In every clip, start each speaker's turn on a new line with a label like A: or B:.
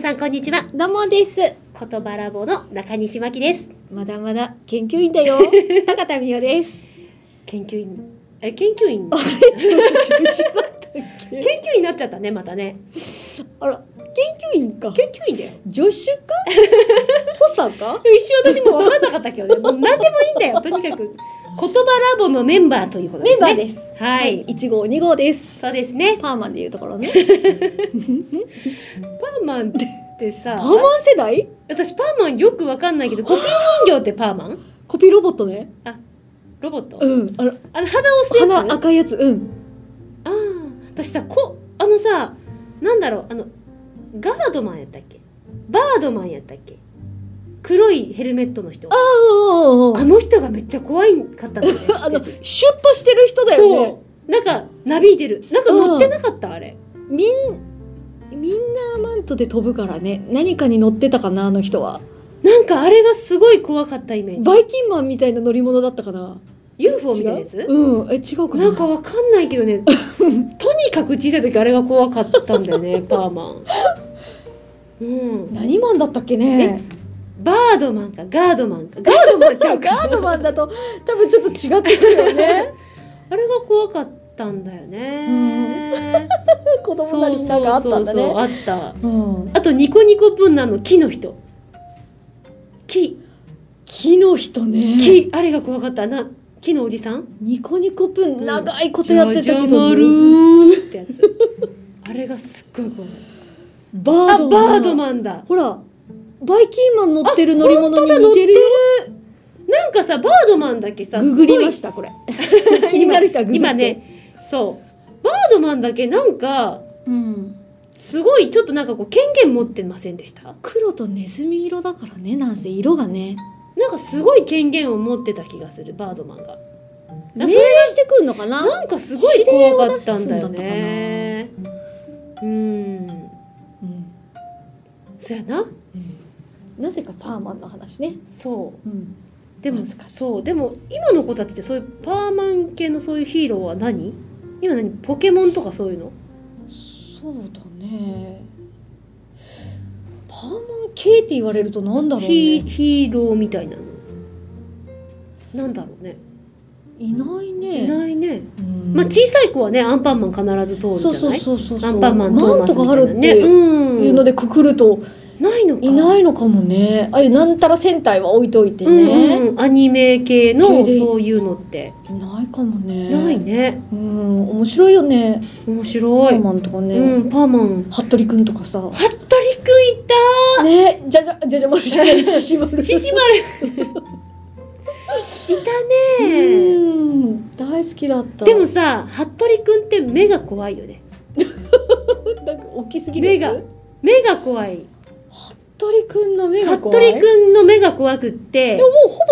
A: さんこんにちは
B: どうもです。
A: 言葉ラボの中西真希です
B: まだまだ研究員だ よ。高田美代です。
A: 研究員え研究員 研究員になっちゃったねまたね
B: あら、研究員か。
A: 研究員だよ
B: 助手 か。補佐か。
A: 一瞬私もう分かんなかったけどねもう何でもいいんだよとにかく言葉ラボのメンバーということで
B: メ
A: す
B: ン
A: ね
B: バーです。
A: すはい、
B: 一号二号です。
A: そうですね
B: パーマンでいうところね。
A: パーマンってさ
B: パーマン世代。
A: 私パーマンよく分かんないけどコピー人形ってパーマン
B: コピーロボットね。
A: ロボット、
B: うん。あら、
A: あの鼻を押すやつ
B: 鼻赤いやつ。うん。
A: ああ私さこあのさなんだろうあのガードマンやったっけバードマンやったっけ黒いヘルメットの人あ
B: あ
A: の人がめっちゃ怖いかったんだよね
B: あ
A: ちっちゃい
B: の
A: 時、
B: シュッとしてる人だよね。
A: そうなんかなびいてるなんか乗ってなかった、あれ
B: みん。みんなマントで飛ぶからね。何かに乗ってたかな、あの人は。
A: なんかあれがすごい怖かったイメージ
B: バイキンマンみたいな乗り物だったかな。
A: UFO みたいなやつ
B: 違ううん。え、違うかな。
A: なんかわかんないけど ねとにかく小さい時あれが怖かったんだよ ねパーマンうん
B: 何マンだったっけね
A: バードマンかガードマンかガードマンちゃうか
B: ガードマンだと多分ちょっと違ってくる よね
A: あれが怖かったんだよね。
B: 子供なりになんかあったん
A: そうそ
B: だ
A: うそう
B: ね
A: あった。
B: うん
A: あとニコニコプンナーの木の人。木、
B: 木の人ね
A: 木、あれが怖かったな。木のおじさん。
B: ニコニコプン
A: ん
B: 長いことやってた
A: ジャ
B: け
A: ジャ
B: ど、
A: マルーってやつ。 あれがすっごい怖い。
B: バ
A: あ、バ
B: ードマン
A: ードマンだ。
B: ほらバイキンマン乗ってる
A: あ
B: 乗り物に似てるよ
A: なんかさ、バードマンだけさ、
B: ググりま
A: し
B: したこれ気になる人はググって
A: 今ね、そう。バードマンだけなんか、
B: うん
A: すごいちょっとなんかこう権限持ってませんでした
B: 黒とネズミ色だからねなんせ色がね
A: なんかすごい権限を持ってた気がするバードマンが
B: 明
A: な
B: 令
A: それ
B: してくんのかな
A: なんかすごい怖かったんだよねうん
B: うん
A: そやな
B: うんなぜかパーマンの話ね
A: そ
B: うん
A: うでも
B: 懐かしい
A: そうでも今の子たちってそういうパーマン系のそういうヒーローは何今何ポケモンとかそういうの
B: そうだねパーマン系って言われるとなんだろう
A: ヒ
B: ね
A: ヒーローみたいなのなんだろうね
B: いないね
A: いないね、
B: うん
A: まあ小さい子はねアンパンマン必ず通るじゃ
B: そ
A: な
B: う
A: い
B: そうそうそうそう
A: アンパンマント
B: な
A: ー
B: ん
A: マス
B: と
A: みたい
B: か
A: な
B: あるって
A: ねうん
B: いうのでくくると
A: ないのか
B: いないのかもねああいうなんたら戦隊は置いといて
A: うん
B: ね、
A: うんうんアニメ系の
B: 系で
A: そういうのって
B: いないかもね
A: ないね
B: うん面白いよね
A: 面
B: パ
A: 白
B: ー
A: い
B: マンとかね、
A: うんパーマン
B: 服部くんとかさ
A: 服部くんいた
B: ねじゃじゃじゃじゃ丸じゃないしし丸
A: 獅子 丸いたね
B: うん大好きだった
A: でもさ服部くんって目が怖いよね
B: なんか大きすぎるやつ
A: 目目が怖い
B: 服部くんの目が
A: 服部
B: 怖い
A: くんの目が怖くって
B: でももうほぼパ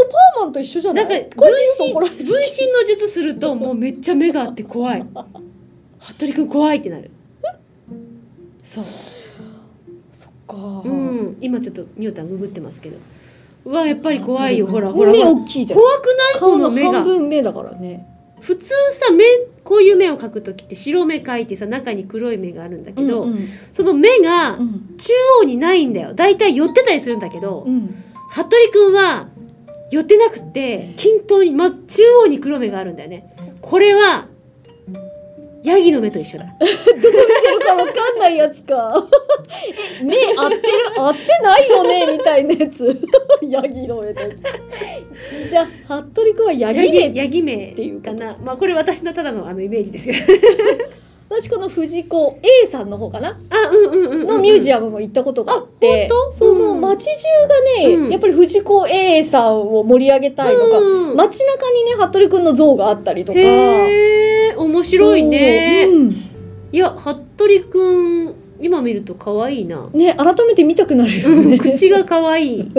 B: ーマンと一緒じゃな
A: なん
B: い
A: か
B: こ
A: 分
B: れでいい
A: 身
B: のこ
A: 分
B: れ
A: 身の術するともうめっちゃ目があって怖 い服部くん怖いってなるそう
B: そっか、
A: うん、今ちょっとミュータンググってますけどうわやっぱり怖いよほらほらほ
B: 目
A: ら
B: 大きいじゃん
A: 怖くない
B: 顔
A: こ
B: の
A: の目
B: 半
A: が
B: 分目だからね
A: 普通さ目こういう目を描く時って白目描いてさ中に黒い目があるんだけど、
B: うんうん
A: その目が
B: うん
A: 中央にないんだよ大体寄ってたりするんだけど、
B: うん
A: 服部くんは寄ってなくて均等に、ま、中央に黒目があるんだよねこれはヤギの目と一緒だ
B: どこかわかんないやつかえ目合ってる合ってないよねみたいなやつヤギの目と一緒じゃあ服部くんはヤギ目
A: ヤギ目
B: っていう
A: か
B: こと
A: なまあこれ私のただのあのイメージですけ ど
B: 私この藤子 A さんの方かな
A: あうんうんうん、うん、
B: のミュージアムも行ったことがあって、
A: あ本当
B: その
A: うん
B: 街中がね、
A: うん
B: やっぱり藤子 A さんを盛り上げたいのか、
A: うん
B: 街中にね服部くんの像があったりとか
A: へえ面白いね、
B: そうう
A: いや服部くん今見ると可愛いな、
B: んね改めて見たくなるよ
A: う
B: ね
A: ん、口が可愛い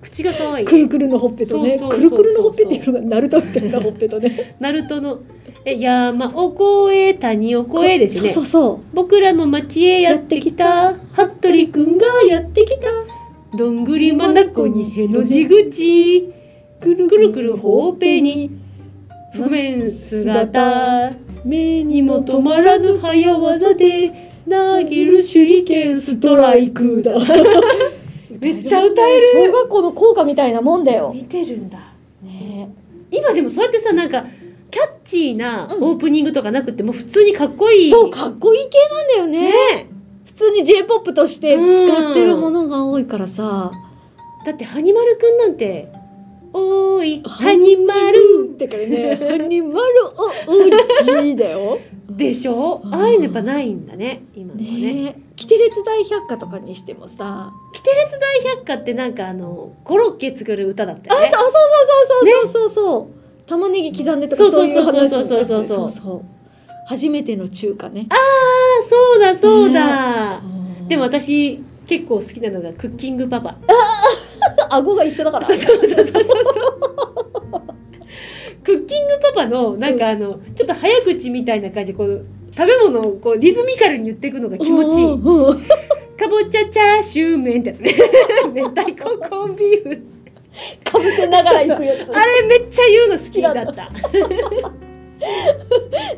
A: 口が可愛い
B: くるくるのほっぺとね
A: そう
B: く
A: そうそうそう
B: るくるのほっぺっていうのがナルトみたいなほっぺとね
A: ナルトのえ山を越え谷を越えですね
B: そうそうそ
A: 僕らの町へやってきた服部くんがやってきたどんぐりまなこにへのじ口
B: うくる
A: くるくるほっぺに覆面姿
B: 目
A: にも止まらぬ早技で投げる手裏剣ストライクだ めっちゃ歌える
B: 小学校の校歌みたいなもんだよ
A: 見てるんだ
B: ね
A: 今でもそうやってさなんかキャッチーなオープニングとかなくてもう普通にかっこいい
B: そうかっこいい系なんだよね
A: ね
B: 普通に j p o p として使ってるものが多いからさ
A: だってハニマルくんなんて「おーい
B: 「
A: ハニマル
B: ってからね「ハニマルおうち」だよ。」
A: でしょ
B: うん
A: ああいうのやっぱないんだね今のはね
B: ねえキテレツ大百科とかにしてもさ
A: キテレツ大百科ってなんかあのコロッケ作る歌だった
B: あ
A: よね
B: そうそうそうそうそうそうそうそう玉ねぎ刻んでと
A: そう
B: か
A: そ
B: そうういう話のやつ
A: そう
B: ね
A: そうそうそう
B: そうそう初めての中華ね
A: あそうだそうだ、
B: ねえそう
A: でも私結構好きなのがクッキングパパ
B: 顎が一緒だから
A: そうそうそうそうそうクッキングパパのなんかあの、ちょっと早口みたいな感じでこう食べ物をこうリズミカルに言っていくのが気持ちいい、
B: うんうんうん
A: かぼちゃチャーシュー麺って やつね明太子コンビーフ
B: かぶせながら行くやつ
A: あれめっちゃ言うの好きだった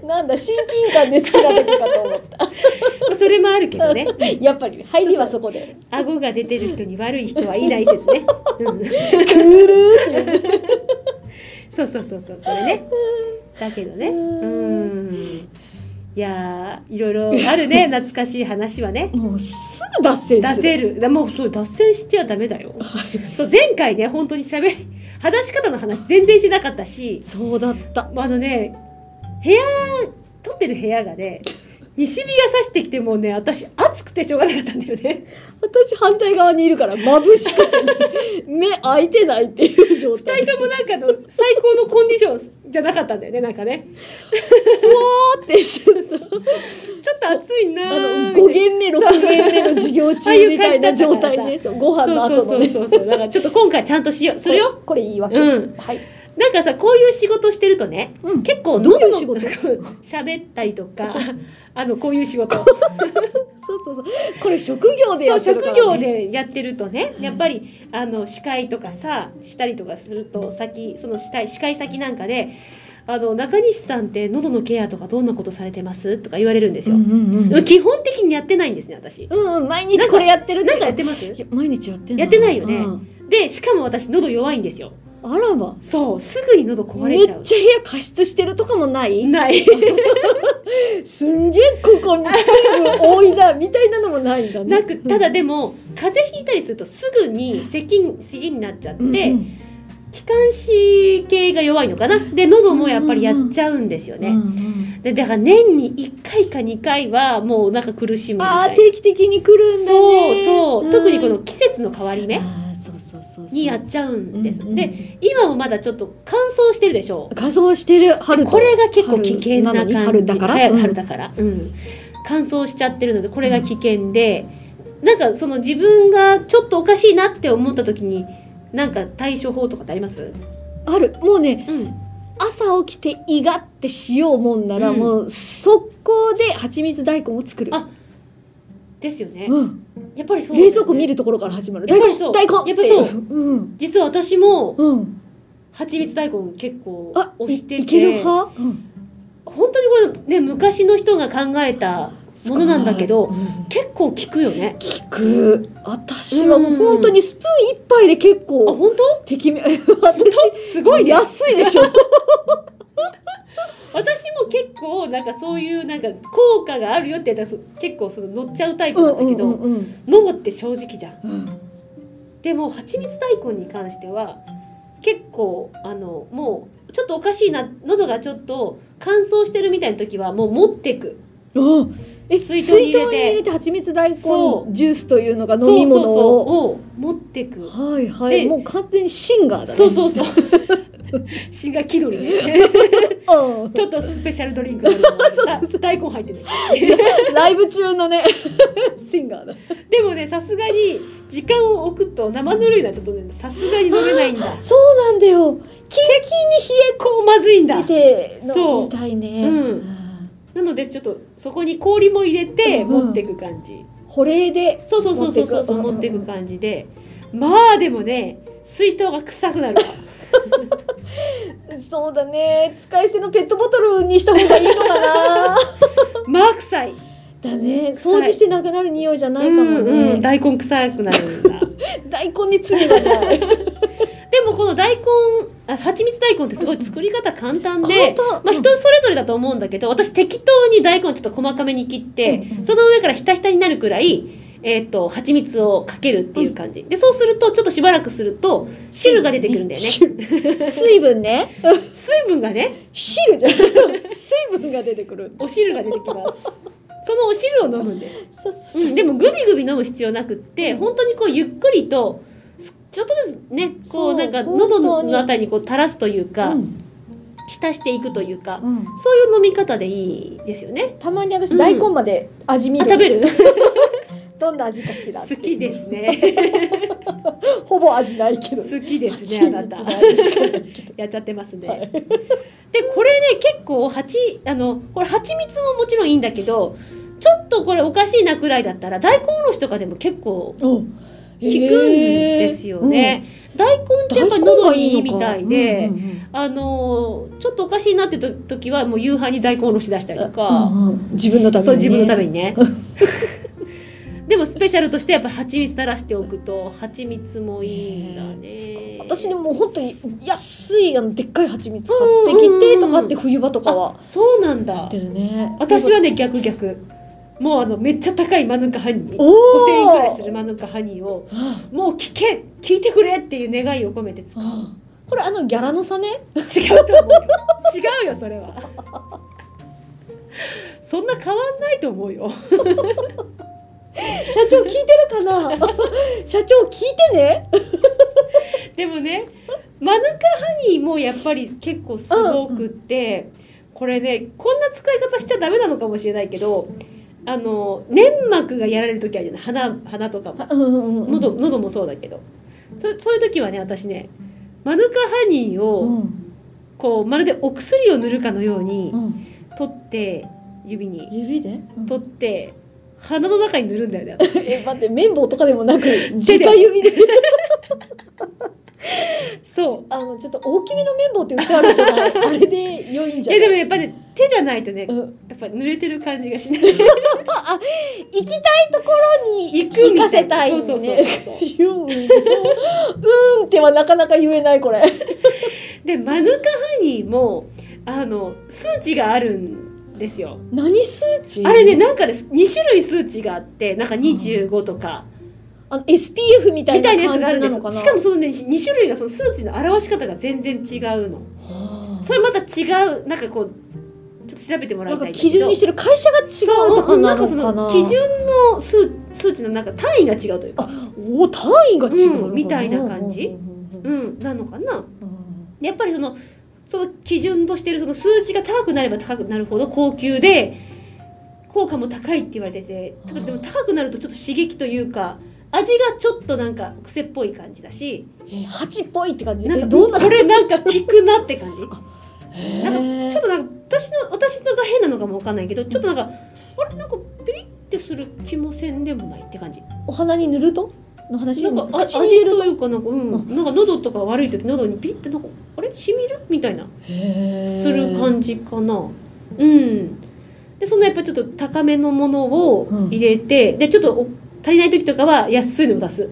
B: なんだ親近感で好き なだけかと思った
A: それもあるけどね
B: やっぱり入りはそこで
A: 顎が出てる人に悪い人はいない説ね、うん、
B: くるーっていう
A: そうそうそうそうそれねだけどね
B: うん
A: うんいやーいろいろあるね 懐かしい話はね
B: もうすぐ脱線
A: 出
B: する
A: せるだもうそう脱線してはダメだよそう前回ね本当に喋り話し方の話全然してなかったし
B: そうだった
A: あのね部屋撮ってる部屋がね西日が差してきてもうね私暑くてしょうがなかったんだよね
B: 私反対側にいるから眩しくて目開いてないっていう状態
A: 2人ともなんかの最高のコンディションじゃなかったんだよねなんかね
B: パーってしてた
A: ちょっと暑いな
B: あの
A: ーみたいな
B: 5限目6限目の授業中みたいな状態ねそうご飯の後
A: そ
B: の
A: う
B: ね
A: そうそうそうそうだからちょっと今回ちゃんとしようそれを
B: これ言い訳、
A: うん
B: はい、
A: なんかさこういう仕事してるとね
B: うん、
A: 結構
B: どういう
A: の
B: 仕事
A: 喋ったりとかあのこういう仕事
B: そうそうそうこれ職業でやって
A: そう
B: るから、
A: 職業
B: ね、
A: でやってるとねやっぱりあの司会とかさしたりとかすると先そのしたい司会先なんかで「あの中西さんって喉のケアとかどんなことされてます?」とか言われるんです
B: うん
A: よ、
B: うん
A: で
B: う
A: も
B: ん
A: 基本的にやってないんですね私
B: うんうん毎日これやってる
A: なんかやってます
B: いや毎日やってない
A: やってないよね
B: うん
A: でしかも私喉弱いんですよ
B: あらま
A: そうすぐに喉壊
B: め
A: れちゃう
B: っちゃ部屋加湿してるとかもない
A: ない
B: すんげえここに水分多いなみたいなのもないんだね
A: なくただでも風邪ひいたりするとすぐに咳咳になっちゃって、
B: うんうん
A: 気管支系が弱いのかなで喉もやっぱりやっちゃうんですよね、
B: うんうん
A: でだから年に1回か2回はもうなんか苦しむみ
B: あ
A: た
B: ー
A: いな
B: 定期的に来るんだ
A: そう
B: ね
A: そう、
B: ん
A: 特にこの季節の変わり目
B: あーそうそうそうそう
A: にやっちゃうんです、
B: うんうん
A: で今もまだちょっと乾燥してるでしょ
B: 画像してる春と
A: これが結構危険な感じ
B: 春春だから
A: はい
B: うん
A: 春だから、うん、乾燥しちゃってるのでこれが危険で、なんかその自分がちょっとおかしいなって思った時になんか対処法とかってあります、
B: あるもうね
A: うん、
B: 朝起きて胃がってしようもんなら、
A: うん
B: もう速攻で蜂蜜大根を作る
A: あですよね、
B: うん、
A: やっぱりそう、
B: 冷蔵庫見るところから始まる
A: やっ
B: 大
A: ぱり
B: 根
A: そう
B: 大根
A: やっぱりそう
B: ていうん
A: 実は私も
B: うん
A: 蜂蜜大根結構
B: あ
A: 押してて
B: いいける派、うん
A: 本当にこれね昔の人が考えたものなんだけど
B: うん
A: 結構効くよね
B: 聞く私はもう本当にスプーン一杯で結
A: あ
B: 構
A: 本当
B: てきめ私
A: すごいね
B: 安いでしょ
A: 私も結構なんかそういうなんか効果があるよってやったら結構その乗っちゃうタイプなんだけど、
B: うんうん
A: 喉って正直じゃん
B: うん
A: でも蜂蜜大根に関しては結構あのもうちょっとおかしいな喉がちょっと乾燥してるみたいな時はもう持ってく
B: うんえ
A: 水
B: 水
A: 筒
B: 筒
A: に入れ
B: に
A: て
B: 入れて蜂蜜大根ジ
A: そ
B: ュ
A: う
B: ースというのが飲
A: そうそ
B: み
A: う
B: 物
A: そう
B: を
A: を持ってく
B: はいはい
A: で
B: もう完全にシンガーだね
A: そう そうそう。シンガー気取りね。
B: うん
A: ちょっとスペシャルドリンク飲んでもらった。
B: そうそうそう
A: 大根入ってない。
B: ライブ中のねシンガーだ
A: でもね、さすがに時間を置くと生ぬるいのはちょっとね、さすがに飲めないんだ。
B: そうなんだよキン
A: こうまずいんだ
B: キン。で
A: そう
B: のみたいね、
A: うん
B: ん
A: なのでちょっとそこに氷も入れて
B: うんうん
A: 持っていく感じ。
B: 保冷で
A: そうそうそうそうそうそう持
B: 持
A: っ
B: ってて
A: い
B: いく
A: く感じで。まあでもね、水筒が臭くなるわ。
B: そうだね使い捨てのペットボトルにした方がいいのかな
A: まあ臭い。
B: だね掃除してなくなる匂いじゃないかもね、
A: うんうん大根臭くなるんだ
B: 大根に罪はない
A: でもこの大根あ蜂蜜大根ってすごい作り方簡単で、
B: 本当
A: まあ、人それぞれだと思うんだけど私適当に大根をちょっと細かめに切って、
B: うんうん
A: その上からひたひたになるくらい、えー、と蜂蜜をかけるっていう感じでそうするとちょっとしばらくすると汁が出てくるんだよね
B: 汁水分ね
A: 水分がね
B: 汁じゃん水分が出てくる
A: お汁が出てきますそのお汁を飲むんです、
B: そうそ
A: う
B: うそ
A: ん、
B: う
A: でもグビグビ飲む必要なくって本当にこうゆっくりとすちょっとずつねこ
B: そう
A: うなんか
B: 本当に
A: 喉のあたりにこう垂らすというか、
B: うん
A: 浸していくというか
B: うん
A: そういう飲み方でいいですよね。
B: たまに
A: う
B: 私
A: ん
B: 大根まで味見
A: あ
B: る、
A: 食べる
B: どんな味かしらって
A: 好きですね。
B: ほぼ味ないけど
A: 好きですねあなた。やっちゃってますね。
B: はい
A: でこれね結構蜂あのこれ蜂蜜ももちろんいいんだけどちょっとこれおかしいなくらいだったら大根おろしとかでも結構
B: 効く
A: 効くんですよね。大根ってやっぱり喉にいいみたいで。あのちょっとおかしいなってと時はもう夕飯に大根おろし出したりとか、
B: 自分のために、ね、
A: そう自分のために ねでもスペシャルとしてやっぱ蜂蜜垂らしておくと蜂蜜もいいんだね
B: 私ねもう本当に安いあのでっかい蜂蜜買ってきてとかって冬場とか
A: あ
B: は
A: そうなん
B: や
A: だ
B: ってるね
A: 私はね逆逆もうあのめっちゃ高いマヌカハニー
B: おー
A: 5000円くらいするマヌカハニーをもう聞け聞いてくれっていう願いを込めて使う
B: これあのギャラの差ね
A: 違うと思うよ違うよそれはそんな変わんないと思うよ
B: 社長聞いて るかな社長聞いてね
A: でもねマヌカハニーもやっぱり結構すごくって、これねこんな使い方しちゃダメなのかもしれないけどあの粘膜がやられる時あるじゃない鼻鼻とかも喉喉もそうだけどそそういう時はね私ねマヌカハニーを、
B: うん
A: こうまるでお薬を塗るかのように
B: うん
A: 取って指に
B: 指で
A: 取って鼻の中に塗るんだよね 私
B: え待って綿棒とかでも なく
A: で
B: 直指で
A: そう
B: あのちょっと大きめの綿棒って売ってあるじゃない あれで良いん
A: い
B: じゃ
A: や
B: な
A: でもね
B: い
A: やっぱね手じゃないとね
B: うん
A: やっぱ濡れてる感じがしない
B: 行きたいところに
A: 行くみたい
B: 行
A: な
B: かせたい
A: そうそうそうそう
B: ね言ううんってはなかなか言えないこれ
A: でマヌカハニーもあの数値があるんですよ
B: 何数値
A: あれねなんかね2種類数値があってなんか25とか
B: あの SPF みたい
A: みたい
B: な
A: なやつ
B: 感
A: がある
B: じ
A: ん
B: な
A: で
B: のかな
A: すしかもそのね2種類がその数値の表し方が全然違うの
B: はあ
A: それまた違うなんかこうちょっと調べてもら
B: ないん
A: た
B: か
A: いんだけど
B: 基準にしてる会社が違うとかなのか
A: そう
B: なん
A: かその基準の数数値のなんか単位が違うというか
B: お単位が違うのか
A: うんみたいな感じうんなのかなでやっぱりそのその基準としてるその数値が高くなれば高くなるほど高級で効果も高いって言われててただでも高くなるとちょっと刺激というか味がちょっとなんか癖っぽい感じだし
B: え八っぽいって感じ
A: なん
B: え
A: か
B: どうな
A: これなんか効くなって感じち
B: へ
A: ょ
B: え
A: っとなんか私の私のが変なのかもわかんないけどちょっとなんかあれなんかピリってする気もせんでもないって感じ
B: お鼻に塗るとの話
A: なんかあ味
B: 口に入れる
A: というかなんか,、うん、なんか喉とか悪い時喉にピッてなんかあれしみるみたいなする感じかな。うん。で、そのやっぱちょっと高めのものを入れて、で、ちょっとお足りない時とかは安いのを出 す。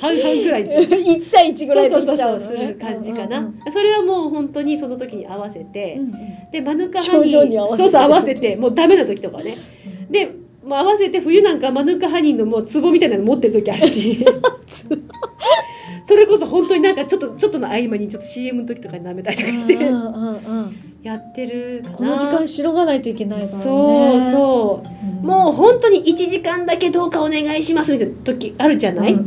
A: 半々くらいです。
B: じ 一対一ぐらいで
A: そうそ
B: いうっちゃ
A: そう
B: の
A: う
B: ね
A: する感じかな、
B: うんうん
A: それはもう本当にその時に合わせて、
B: うん
A: でマヌカハニー
B: 症状に合わせて
A: そうそう合わせてもうダメな時とかはねでもう合わせて冬なんかマヌカハニーのもう壺みたいなの持ってる時あるしそれこそ本当になんかちょっとちょっとの合間にちょっと CM の時とかに舐めたりとかして
B: うんうんうんうん
A: やってるかな
B: この時間しのがないといけないからね
A: そうそうう、
B: ん
A: もう本当に1時間だけどうかお願いしますみたいな時あるじゃない、う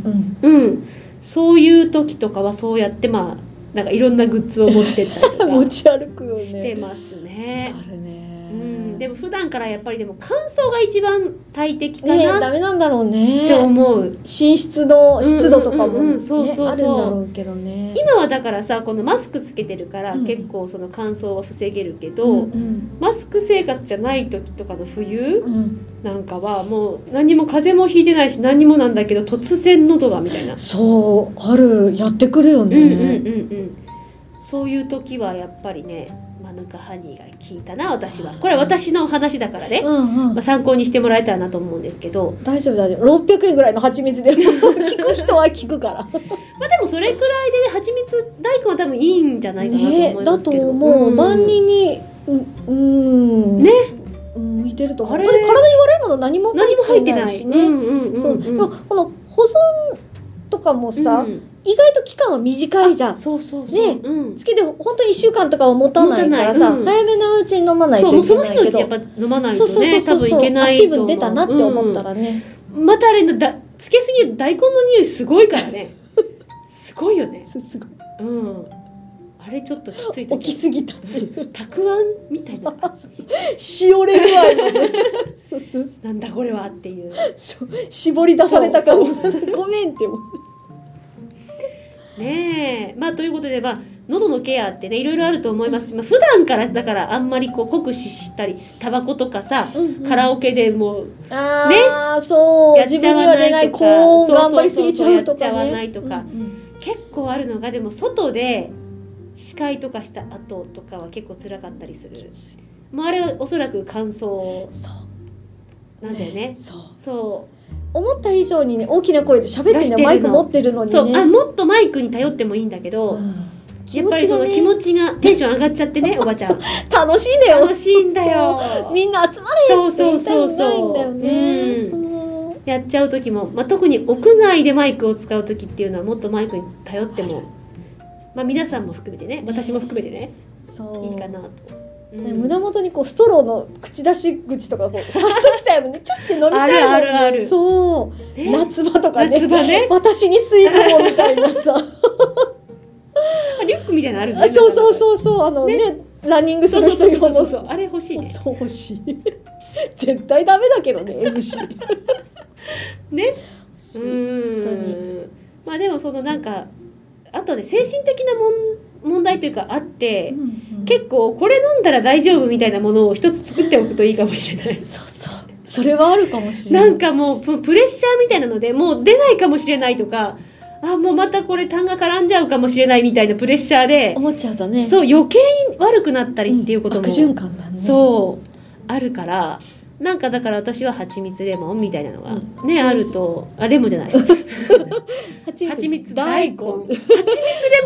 B: うんん
A: そういう時とかはそうやってまあなんかいろんなグッズを持ってったりと
B: うん持
A: か
B: ち歩くよね
A: してますね
B: あ。るね
A: うん、でも普段からやっぱりでも乾燥が一番大敵か
B: ね
A: な
B: ダ
A: っ
B: メなんだろう
A: て
B: ね
A: 思う、
B: 寝室の湿度とか
A: うんうんうんう
B: もね
A: んそうそう
B: あるん
A: そう
B: だろうけどね
A: 今はだからさこのマスクつけてるから
B: うん
A: 結構その乾燥は防げるけど、
B: うん
A: マスク生活じゃない時とかの冬
B: うん
A: なんかはもう何も風邪もひいてないし何にもなんだけど突然喉がみたいな
B: そうあるやってくるよね、
A: うんうんうんうんそういう時はやっぱりねマヌカハニーが効いたな私はこれは私の話だからね、
B: うんうん
A: まあ、参考にしてもらえたらなと思うんですけど、
B: 大丈夫大丈夫600円ぐらいの蜂 蜜でも聞く人は聞くから
A: まあ、でもそれくらいでね蜂蜜大根は多分いいんじゃないかなと思い
B: ね
A: ま
B: だ
A: す
B: と
A: けど、
B: 思う
A: うん
B: 万人にううん
A: ね
B: うん向いてると思う
A: あれ
B: だって体に悪いもの何も
A: 何も入ってない
B: しね
A: そ
B: そうでもこの保存とかもさ
A: うん
B: 意外と期間は短いじゃん
A: そうそうそう
B: ね
A: うん
B: つけて本当に1週間とかは持たないから
A: 持た
B: さ
A: ないうん
B: 早めのうちに飲まない
A: そうも
B: という
A: そ
B: け
A: の日
B: ない
A: のう
B: け
A: ち
B: ど
A: やっぱ飲まない
B: そう
A: と
B: そうそう
A: ね多分い
B: そう
A: けないと
B: 足
A: 思う
B: 分出たなって思ったらね
A: うんまたあれのだつけすぎる大根の匂いすごいからねすごいよね
B: すすごい
A: うんあれちょっときつい
B: 起きすぎた
A: たくあんみたいな
B: しおれ具合もねそうそうそう
A: なんだこれはっていう
B: そう絞り出された感
A: そう
B: じごめんって思う
A: ねえまあということでまあ喉のケアってねいろいろあると思いますし、まあ、普段からだからあんまりこう酷使したりタバコとかさ、カラオケでもう
B: ああ、そう
A: やっ
B: 自
A: ちゃ
B: 分に
A: わ
B: は出
A: な
B: ない
A: いとか
B: 高音頑張りすぎちゃう
A: そうそうそうそう
B: と
A: やっちゃ
B: か
A: わ
B: ね
A: ないとか
B: うんうん
A: 結構あるのがでも外で司会とかした後とかは結構辛かったりするまああれはおそらく乾燥
B: そう
A: なんだよね
B: そう
A: そ
B: 思った以上にね大きな声で喋っ
A: 出
B: て
A: して
B: ね
A: るの
B: マイク持ってるの
A: う
B: に
A: そうあ
B: ね
A: もっとマイクに頼ってもいいんだけど、
B: うん
A: やっぱりその気持ちがテンション上がっちゃってねおばちゃ ん
B: 楽しいんだよ
A: 楽しいんだよ
B: みんな集まれ
A: そう
B: って
A: そ
B: 言
A: う
B: いた
A: そう
B: くな
A: そ
B: いんだよ
A: う
B: ね
A: うん
B: そう
A: やっちゃう時も、まあ、特に屋外でマイクを使う時っていうのはもっとマイクに頼っても、まあ、皆さんも含めてね私も含めてね
B: そう
A: いいかなと、うん
B: ね胸元にこうストローの口出し口とかこう 刺しときたいもんねちょっと飲みたいもんね
A: あるあるある
B: そう
A: ね
B: 夏場とかね
A: 夏場ね
B: 私に水分をみたい なさ
A: あリュックみたいなのあるん
B: あそうそうそうそうあのねランニングす
A: そう
B: る
A: そうそ
B: 人
A: う
B: に
A: そ
B: こ
A: うそうそう
B: の
A: あれ欲しいね
B: そう欲しい絶対ダメだけ どね MC
A: ねう
B: 本
A: んまあでもそのなんかあとね精神的なもん問題というかあって、
B: 結
A: 結構これ飲んだら大丈夫みたいなものを一つ作っておくといいかもしれない
B: 構そうそうそれはあるかもしれな
A: ないんかもうププレッシャーみたいなのでもう出ないかもしれないとかあもうまたこれ痰が絡んじゃうかもしれないみたいなプレッシャーで、
B: 思っちゃうとね
A: そう余計に悪くなったりっていうことも、
B: 悪循環だね
A: そうあるからなんかだから私は蜂蜜レモンみたいなのが、ねあるとあレモンじゃない蜂蜜
B: 蜂蜜
A: 大
B: 大
A: 根
B: 根
A: 蜂蜜レ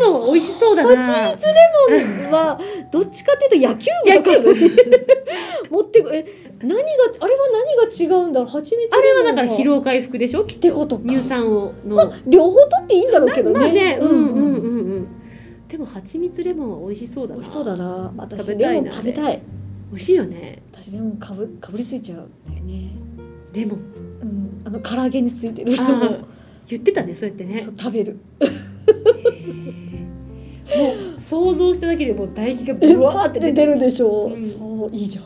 A: モン美味しそうだな
B: 蜂蜜レモンはどっちかっていうと野球部とか
A: 野
B: 持ってくえ何があれは何が違うんだろう蜂蜜
A: あれはだから疲
B: 広
A: 労回復でしょきっ
B: っ
A: と
B: てことか
A: 乳酸をの
B: 両方取っていいんだろうけどね,、
A: まあねうんうんうん
B: ん
A: うんでも蜂蜜レモンは美味しそうだ
B: 美
A: な
B: 味しそうだな
A: 食
B: 私
A: べた
B: レ
A: い
B: モ
A: な
B: ン食べたい
A: 美味しいよね
B: 私レモンかぶかぶりついちゃうんだよね
A: レ モン
B: うんあの唐揚げについてるレ
A: あ
B: モン
A: ー言ってたねそうやってね
B: そう食べる
A: もう想像しただけでもう唾液が
B: え
A: ブ
B: わ
A: ワー
B: ー
A: っ
B: ってて
A: 出て
B: 出るでしょう、
A: うん
B: そういいじゃん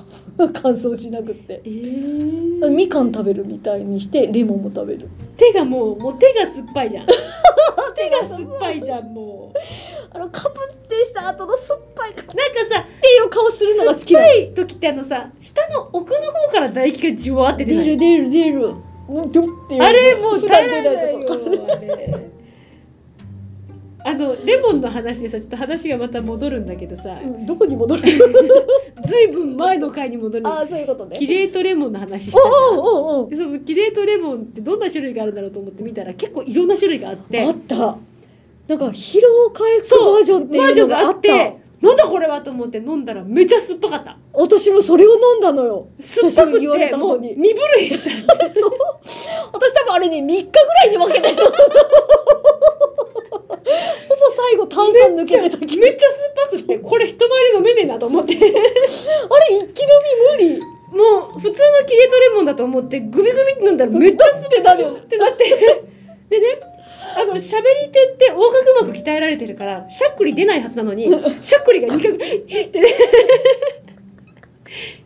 B: 乾燥しなくって
A: えー
B: みかん食べるみたいにしてレモンも食べる
A: 手がもうもう手が酸っぱいじ ゃん手が酸っぱいじゃんもう
B: あのかぶってした後の酸っぱいって
A: なんかさ
B: いう顔するのが好き
A: 酸
B: な
A: っぱ
B: の
A: い時ってあのさ下の奥の方から唾液がジュワーって出な
B: 出
A: い
B: る出る出るのギョっていう
A: あれもう
B: 普
A: 耐
B: 段
A: えら
B: 出
A: れ
B: な
A: ないい
B: とか
A: よあれあのレモンの話でさちょっと話がまた戻るんだけどさ
B: うんどこに戻る
A: ずいぶん前の回に戻る
B: ああそういうことね
A: キレートレモンの話したじ
B: おう
A: ゃん
B: おうおう
A: でそのキレートレモンってどんな種類があるんだろうと思って見たら結構いろんな種類があって
B: あったなんか疲労回復バージョンって
A: バー
B: い
A: ジョ
B: う
A: ン
B: の
A: が
B: が
A: あ
B: あ
A: っ
B: った
A: てなんだこれはと思って飲んだらめちゃ酸っぱかった
B: 私もそれを飲んだのよ
A: 酸っぱく
B: 久しぶりに言われ
A: て
B: た
A: も
B: 後
A: う
B: に
A: 身震いした
B: そう私多分あれね3日ぐらいに分け てたほぼ最後炭酸抜けてたけど
A: めっちゃ酸っぱくてこれ人前で飲めねえなと思って
B: あれ一気飲み無理
A: もう普通のキレートレモンだと思ってグビグビって飲んだらめっちゃ酸っ
B: ってなるよね
A: てなってでねあの喋り手って横隔膜鍛えられてるからしゃっくり出ないはずなのにしゃ っくりが2回ってね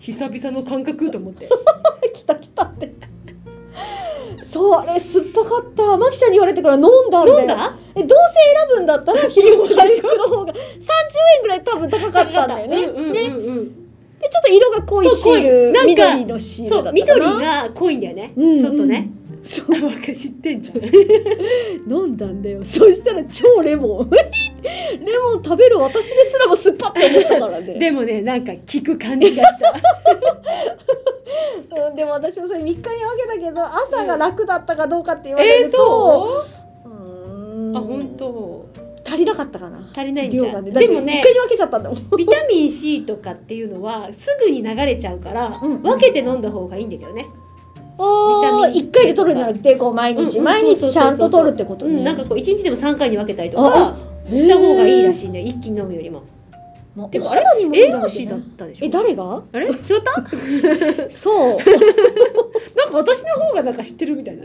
A: 久々の感覚と思って
B: 来た来たってそうあれ酸っぱかったマキちゃんに言われてから飲んだんだよ
A: 飲んだ
B: えどうせ選ぶんだっ たら疲労回復の方が30円ぐらい多分高かったんだよね
A: うんうん
B: ね
A: うんうん
B: でちょっと色が濃いシー
A: そう濃い
B: ル
A: なんか
B: 緑のシールだ
A: そ
B: った
A: う
B: かな
A: 緑が濃いんだよね、
B: うんうん
A: ちょっと ね
B: そう
A: あわか知ってんじゃん
B: 飲んだんだよそしたら超レモン ってレモン食べる私ですらも酸っぱって思ったからね
A: でもねなんか効く感じがした
B: うんでも私もそれ3日に分けたけど朝が楽だったかどうかって言われ
A: えー、
B: ると、
A: そう
B: うーん
A: あ本当
B: 足りなかったかな
A: 足りないん
B: 量
A: じゃ
B: が
A: ん、
B: ね
A: で
B: で
A: も
B: も
A: ね
B: ね3日に分けちゃったんだもん
A: ビタミン C とかっていうのはすぐに流れちゃうから、
B: うんうん
A: 分けて飲んだ方がいいんだけどね
B: お
A: ビタミン
B: 1回で取るんじゃなくてこう毎日、
A: うんうん
B: 毎
A: そう
B: 日ち
A: そう
B: ゃ
A: そうんそう
B: と取るってことね、
A: うん、なんかこう1日でも3回に分けたりと
B: あ
A: かした方がいいら
B: い、
A: しいんだよ一気に飲むよりも
B: まあ、
A: でも
B: お肌にもいい
A: 栄
B: んだ
A: 養
B: ろうけ
A: 士だ
B: ど
A: っ
B: ね
A: たでしょ
B: え誰が
A: あれ違った
B: そ う
A: なんか私の方がなんか知ってるみたいな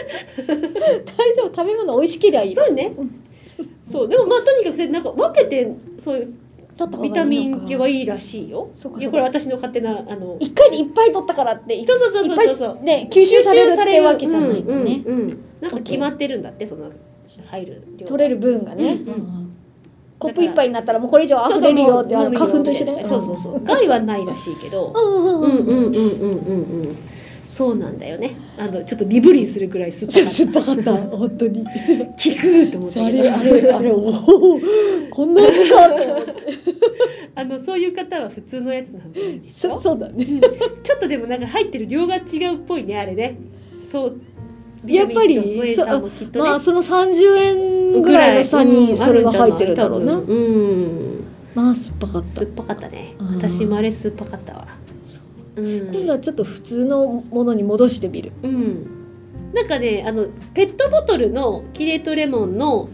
B: 大丈夫食べ物美味しけりゃいい
A: そうねそうでもまあとにかくそれなんか分けてそういう
B: 取った方がいいのか
A: ビタミン系はいいらしいよ
B: そうか
A: い
B: そ
A: や
B: う
A: これ
B: か
A: 私の勝手なあの
B: 1回でいっぱい取ったからっていっ
A: そうそうそうそうそう
B: ぱいね吸収されるってわけじゃないんだね、
A: うんうんうんなんか決まってるんだってその入る量
B: 取れる分がね、
A: うんうん
B: コップ一杯になったらもうこれ以上溢れるよってあの花粉と一緒だよね
A: そうそうそう害はないらしいけど
B: うん
A: う
B: うんんう
A: うんんうんうんうんうんそうなんだよねあのちょっとビブリするぐらい酸っぱかった
B: 酸っぱかった本当に
A: 聞くと思った
B: あ
A: け
B: れ
A: ど
B: あれあれおおこんな味かって思って
A: あのそういう方は普通のやつなんです
B: そ
A: よ
B: そうだね
A: ちょっとでもなんか入ってる量が違うっぽいねあれねそう
B: やっぱり
A: ビタミン C とクエン酸もきっとね
B: まあその30円ぐらいの差にそれが入ってるんだろうな、
A: うんあじゃい多分
B: まあ酸っぱか
A: う
B: っ
A: ん
B: た
A: 酸っぱかったね
B: うん
A: 私もあれ酸っぱかったわ
B: そう今
A: ん
B: 度はちょっと普通のものに戻してみる
A: うんなんかねあのペットボトルのキレートレモンの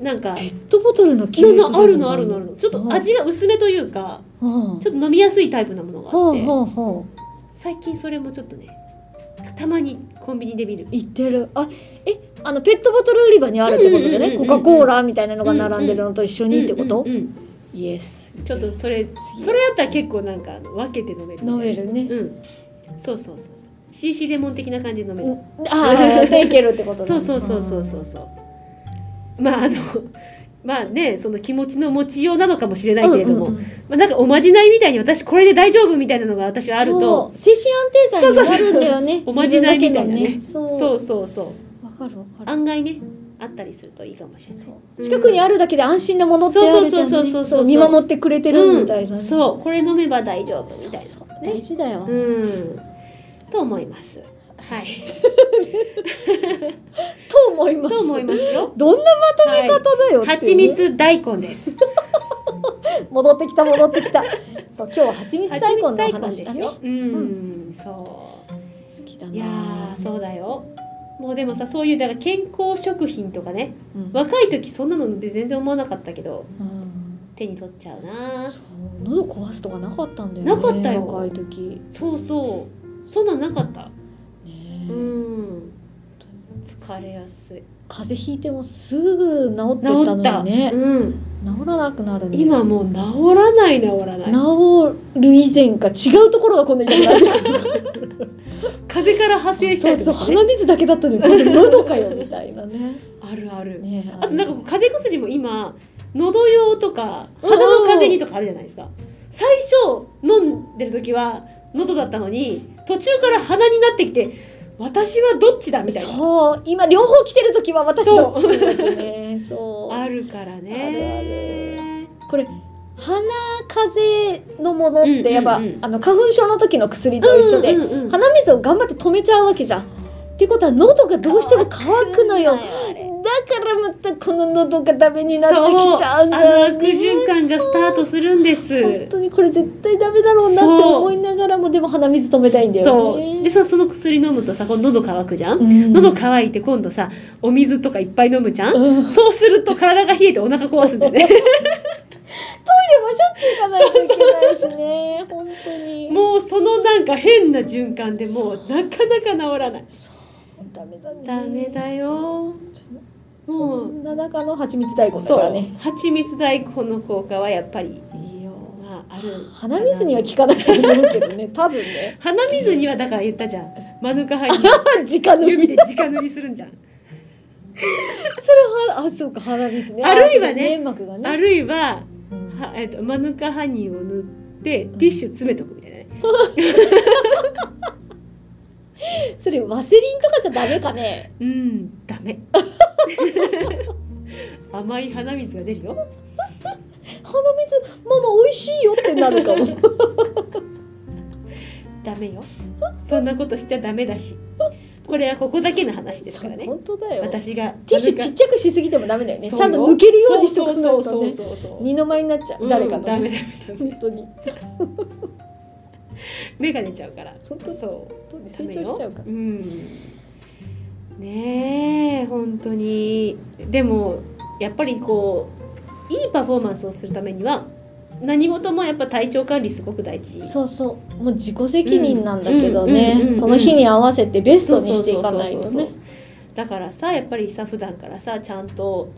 A: なんか
B: ペットボトルの黄
A: な
B: 色いと
A: な
B: こ
A: あ
B: ろ
A: る
B: に
A: のあるのあるのちょっと味が薄めというか
B: はあ
A: ちょっと飲みやすいタイプなものがあっ
B: は
A: て
B: あはあはあ
A: 最近それもちょっとねたまにコンビニで見る
B: 行ってるあえあのペットボトル売り場にあるってことで
A: うんうん
B: ね
A: うんう
B: コ
A: ん
B: カ・コーラみたいなのが並んでるのと一緒にってこと、
A: うんうんうん
B: イエス
A: ちょっとそれそ
B: そ
A: れ
B: れ
A: やったら結構なんかあの分けて飲めるみたいな
B: 飲めるね、
A: うんそうそうそうそう CC レモン的な感じで飲め
B: う
A: る
B: ん、ああでいけるってことだ
A: そうそうそうそうそうそうまああのまあねその気持ちの持ちようなのかもしれないけれども、
B: うんうんうん
A: まあ、なんかおまじないみたいに私これで大丈夫みたいなのが私はあると
B: そう精神安定剤になるんだよ
A: そ
B: ね
A: うそうそうおまじないみたいなね
B: 自分だけ
A: そう
B: のねそう
A: そうそう
B: わかるわかる
A: 案外ねあったりするといいかもしれない
B: そう近くにあるだけで安心なものってあるじゃんね
A: そうそうそうそうそう
B: そう見守ってくれてるみたいなね、
A: うん、そうこれ飲めば大丈夫みたいな
B: そう
A: ね
B: 大事だよ、
A: うんと思いますはい
B: と思います
A: と思いますよ
B: どんなまとめ方だよってい
A: 蜂
B: うね
A: 蜜大根です
B: 戻ってきた戻ってきたそう今日は蜂蜜大根のお話
A: で
B: だ
A: し
B: ね
A: ょ
B: 好
A: うんそ
B: きだ
A: う
B: ない
A: やーそうだよもうでもさそういうだから健康食品とかね
B: うん
A: 若い時そんなの全然思わなかったけど
B: うん
A: 手に取っちゃうな
B: そう喉壊すとかなかったんだよね
A: なかったよ
B: 若い時
A: そうそうそんなんなかった
B: ね
A: う
B: え
A: ん疲れやすい
B: 風邪ひいてもすぐ治って
A: 治
B: たの
A: った、
B: にね
A: うん、
B: 治らなくなるんだよ
A: 今もう治らない治らない
B: 治る以前か違うところがこんな痛くな る
A: 風邪から派生した
B: そ
A: り
B: うそ
A: と
B: う
A: か、ね、
B: 鼻水だけだったのにこれ喉かよみたいなね
A: あるある
B: ねえ
A: あとなんかこう風邪薬も今喉用とか鼻の風邪にとかあるじゃないですか最初飲んでる時は喉だったのに途中から鼻になってきて私はどっちだみたいな
B: そう今両方来てる時は私
A: そう
B: どっちもやつねそう
A: あるからね
B: これ鼻風邪のものっ
A: うんうんうん
B: てやっぱ、あの花粉症の時の薬と一緒で、
A: うんうんうん
B: 鼻水を頑張って止めちゃうわけじゃん。ってことは喉がどうしても乾くのよ。だからまたこの喉がダメになってきちゃうんだ
A: そうあ
B: よ
A: の悪
B: ね。
A: 循環がスタートするんです
B: 本当にこれ絶対ダメだろうなって思いながらもでも鼻水止めたいんだよ
A: そうで
B: ね。
A: さその薬飲むとさこの喉乾くじゃん、
B: うん
A: 喉乾いて今度さお水とかいっぱい飲むじゃん、
B: うん
A: そうすると体が冷えてお腹壊すんだよね
B: でもしょっちゅう行かないといけないしね。本当に。
A: もうそのなんか変な循環でもうなかなか治らない
B: ダメだね。
A: ダメだよ
B: そ
A: もうん
B: な中の蜂蜜大根だ
A: そ
B: から
A: う
B: ね。
A: 蜂蜜大根の効果はやっぱり
B: いいよ。
A: まあある
B: 鼻水には効かないと思うけど ね多分ね
A: 鼻水にはだから言ったじゃんマヌカハ ニ
B: 直
A: ー
B: 塗
A: 指で
B: りで
A: 直塗りするんじゃん
B: それはあそうか鼻水ね
A: あるいはね
B: 粘膜がね
A: あるいは
B: うん
A: は、えっと、マヌカハニーを塗ってティッシュ詰めとくみたいなね
B: そ れワセリンとかじゃダメかね
A: うんダメ危甘い鼻水が出るよ
B: 鼻水ママ美味しいよってなるかも
A: ダメよそんなことしちゃダメだしこれはここだけの話ですからね
B: 本当だよテ
A: 私が
B: ィッシュちっちゃくしすぎてもダメだよね
A: そう
B: ちゃんと抜けるようにしと
A: そう
B: かな
A: そ
B: いうと
A: そう
B: ね
A: そうそう
B: 二の舞になっちゃう誰か
A: うん
B: の
A: ダメ
B: ね
A: ダメダメ
B: 本当に
A: 目が出ちゃうから
B: 本当
A: そう
B: 成長しちゃうから
A: うんねえ本当にでもやっぱりこういいパフォーマンスをするためには何事もやっぱ体調管理すごく大事
B: そうそうもう自己責任なんだけどね、
A: うんうんうんうん
B: この日に合わせてベス
A: そ
B: ト
A: う
B: に
A: そう
B: して
A: そ
B: いうか
A: そう
B: ない
A: そ
B: と
A: う
B: ね
A: だからさやっぱりさ普段からさちゃんと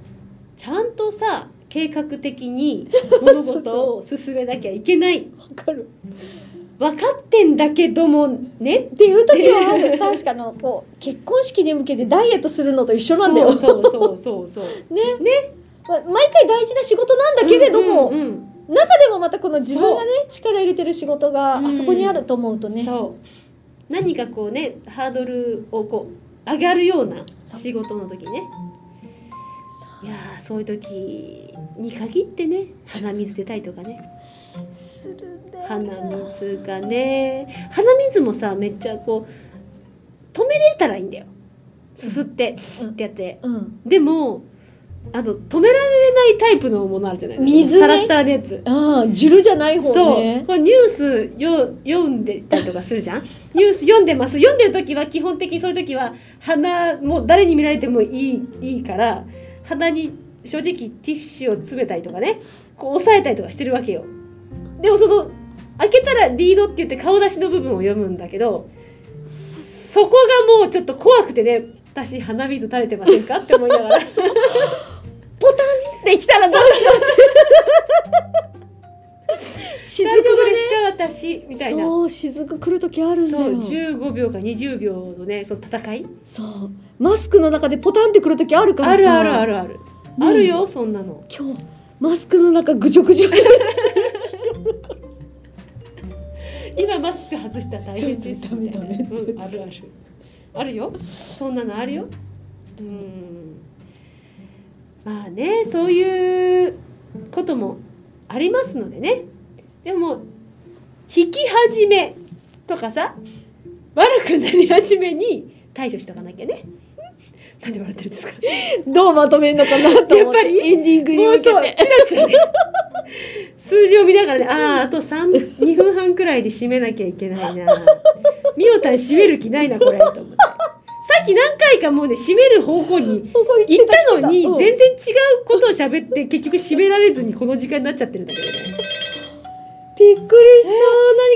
A: ちゃんとさ計画的に物事を進めなきゃいけない
B: わかる
A: 分かってんだけどもね
B: っていう時はある確かのこう結婚式に向けてダイエットするのと一緒なんだよ
A: そうそうそうそうそう
B: ねま毎回大事な仕事なん だけれども、
A: うんうんうん
B: 中でもまたこの自分がね力入れてる仕事があそこにあると思うとね、
A: そう何かこうねハードルをこう上がるような
B: そう
A: 仕事の時ねいやーそういう時に限ってね鼻水出たりとかね
B: するんだよ
A: 鼻水がね鼻水もさめっちゃこう止めれたらいいんだよすすって
B: うん
A: ってやって
B: うん
A: でもあの止められないタイプのものあるじゃない
B: 水ね
A: サラスターのやつ
B: ああジュルじゃない方
A: そう
B: ね
A: これニュースよ読んでたりとかするじゃん ニュース読んでます読んでる時は基本的にそういう時は鼻もう誰に見られてもいいいいから鼻に正直ティッシュを詰めたりとかねこう押さえたりとかしてるわけよでもその開けたらリードって言って顔出しの部分を読むんだけどそこがもうちょっと怖くてね私鼻水垂れてませんかって思いなが ら
B: できたらどうしよう
A: 大丈夫ですか私みたいな
B: そう雫来る時あるんだよ
A: そう15秒か20秒のねその戦い
B: そうマスクの中でポタンってくる時あるから
A: ある
B: さ
A: あるあるある、
B: ね
A: あるよそんなの
B: 今日マスクの中ぐじょぐじょ
A: 今マスク外したら大変です
B: そうそう
A: みたいな
B: ダメダメ
A: うん、あるあるあるよそんなのあるようんまあねそういうこともありますのでねでも引き始めとかさ悪くなり始めに対処しとかなきゃねなんで笑ってるんですか
B: どうまとめんのかなと
A: や
B: 思
A: っ
B: っ
A: ぱ
B: て
A: り
B: エンディングに
A: もう
B: 向け
A: そう
B: て
A: チラチラね数字を見ながらねあああと3 2分半くらいで締めなきゃいけないなミオタン締める気ないなこれと思ってさっき何回かもうね締める方向に
B: ここに
A: 行ったのに
B: うん
A: 全然違うことを喋って結局締められずにこの時間になっちゃってるんだけどね
B: びっくりし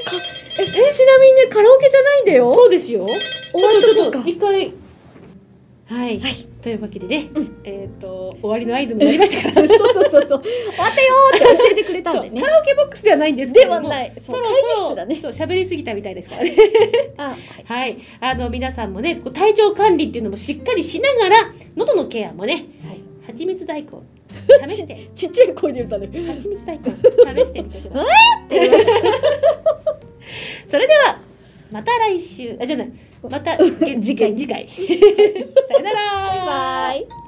B: た、何かえちなみにねカラオケじゃないんだよ
A: そうですよ
B: 終わっとこう
A: ちょ
B: か
A: っと一回はい、
B: はい
A: というわけでね、えっ、と終わりの合図もなりましたから
B: そうそうそうそう終わったよーって教えてくれたんだよ
A: そ
B: ね
A: うカラオケボックスではないんですけれども
B: ではないそう
A: ろ
B: 会
A: そ
B: 議
A: ろ
B: 室だね
A: そう喋りすぎたみたいですからね
B: あはい
A: はい、あの皆さんもねこう体調管理っていうのもしっかりしながら喉のケアもね蜂蜜大根試して
B: ちっちゃい声で歌ね
A: 蜂蜜大根試してみてくださいそれではまた 来週あじゃないまた次回次回 さよなら
B: バイバイ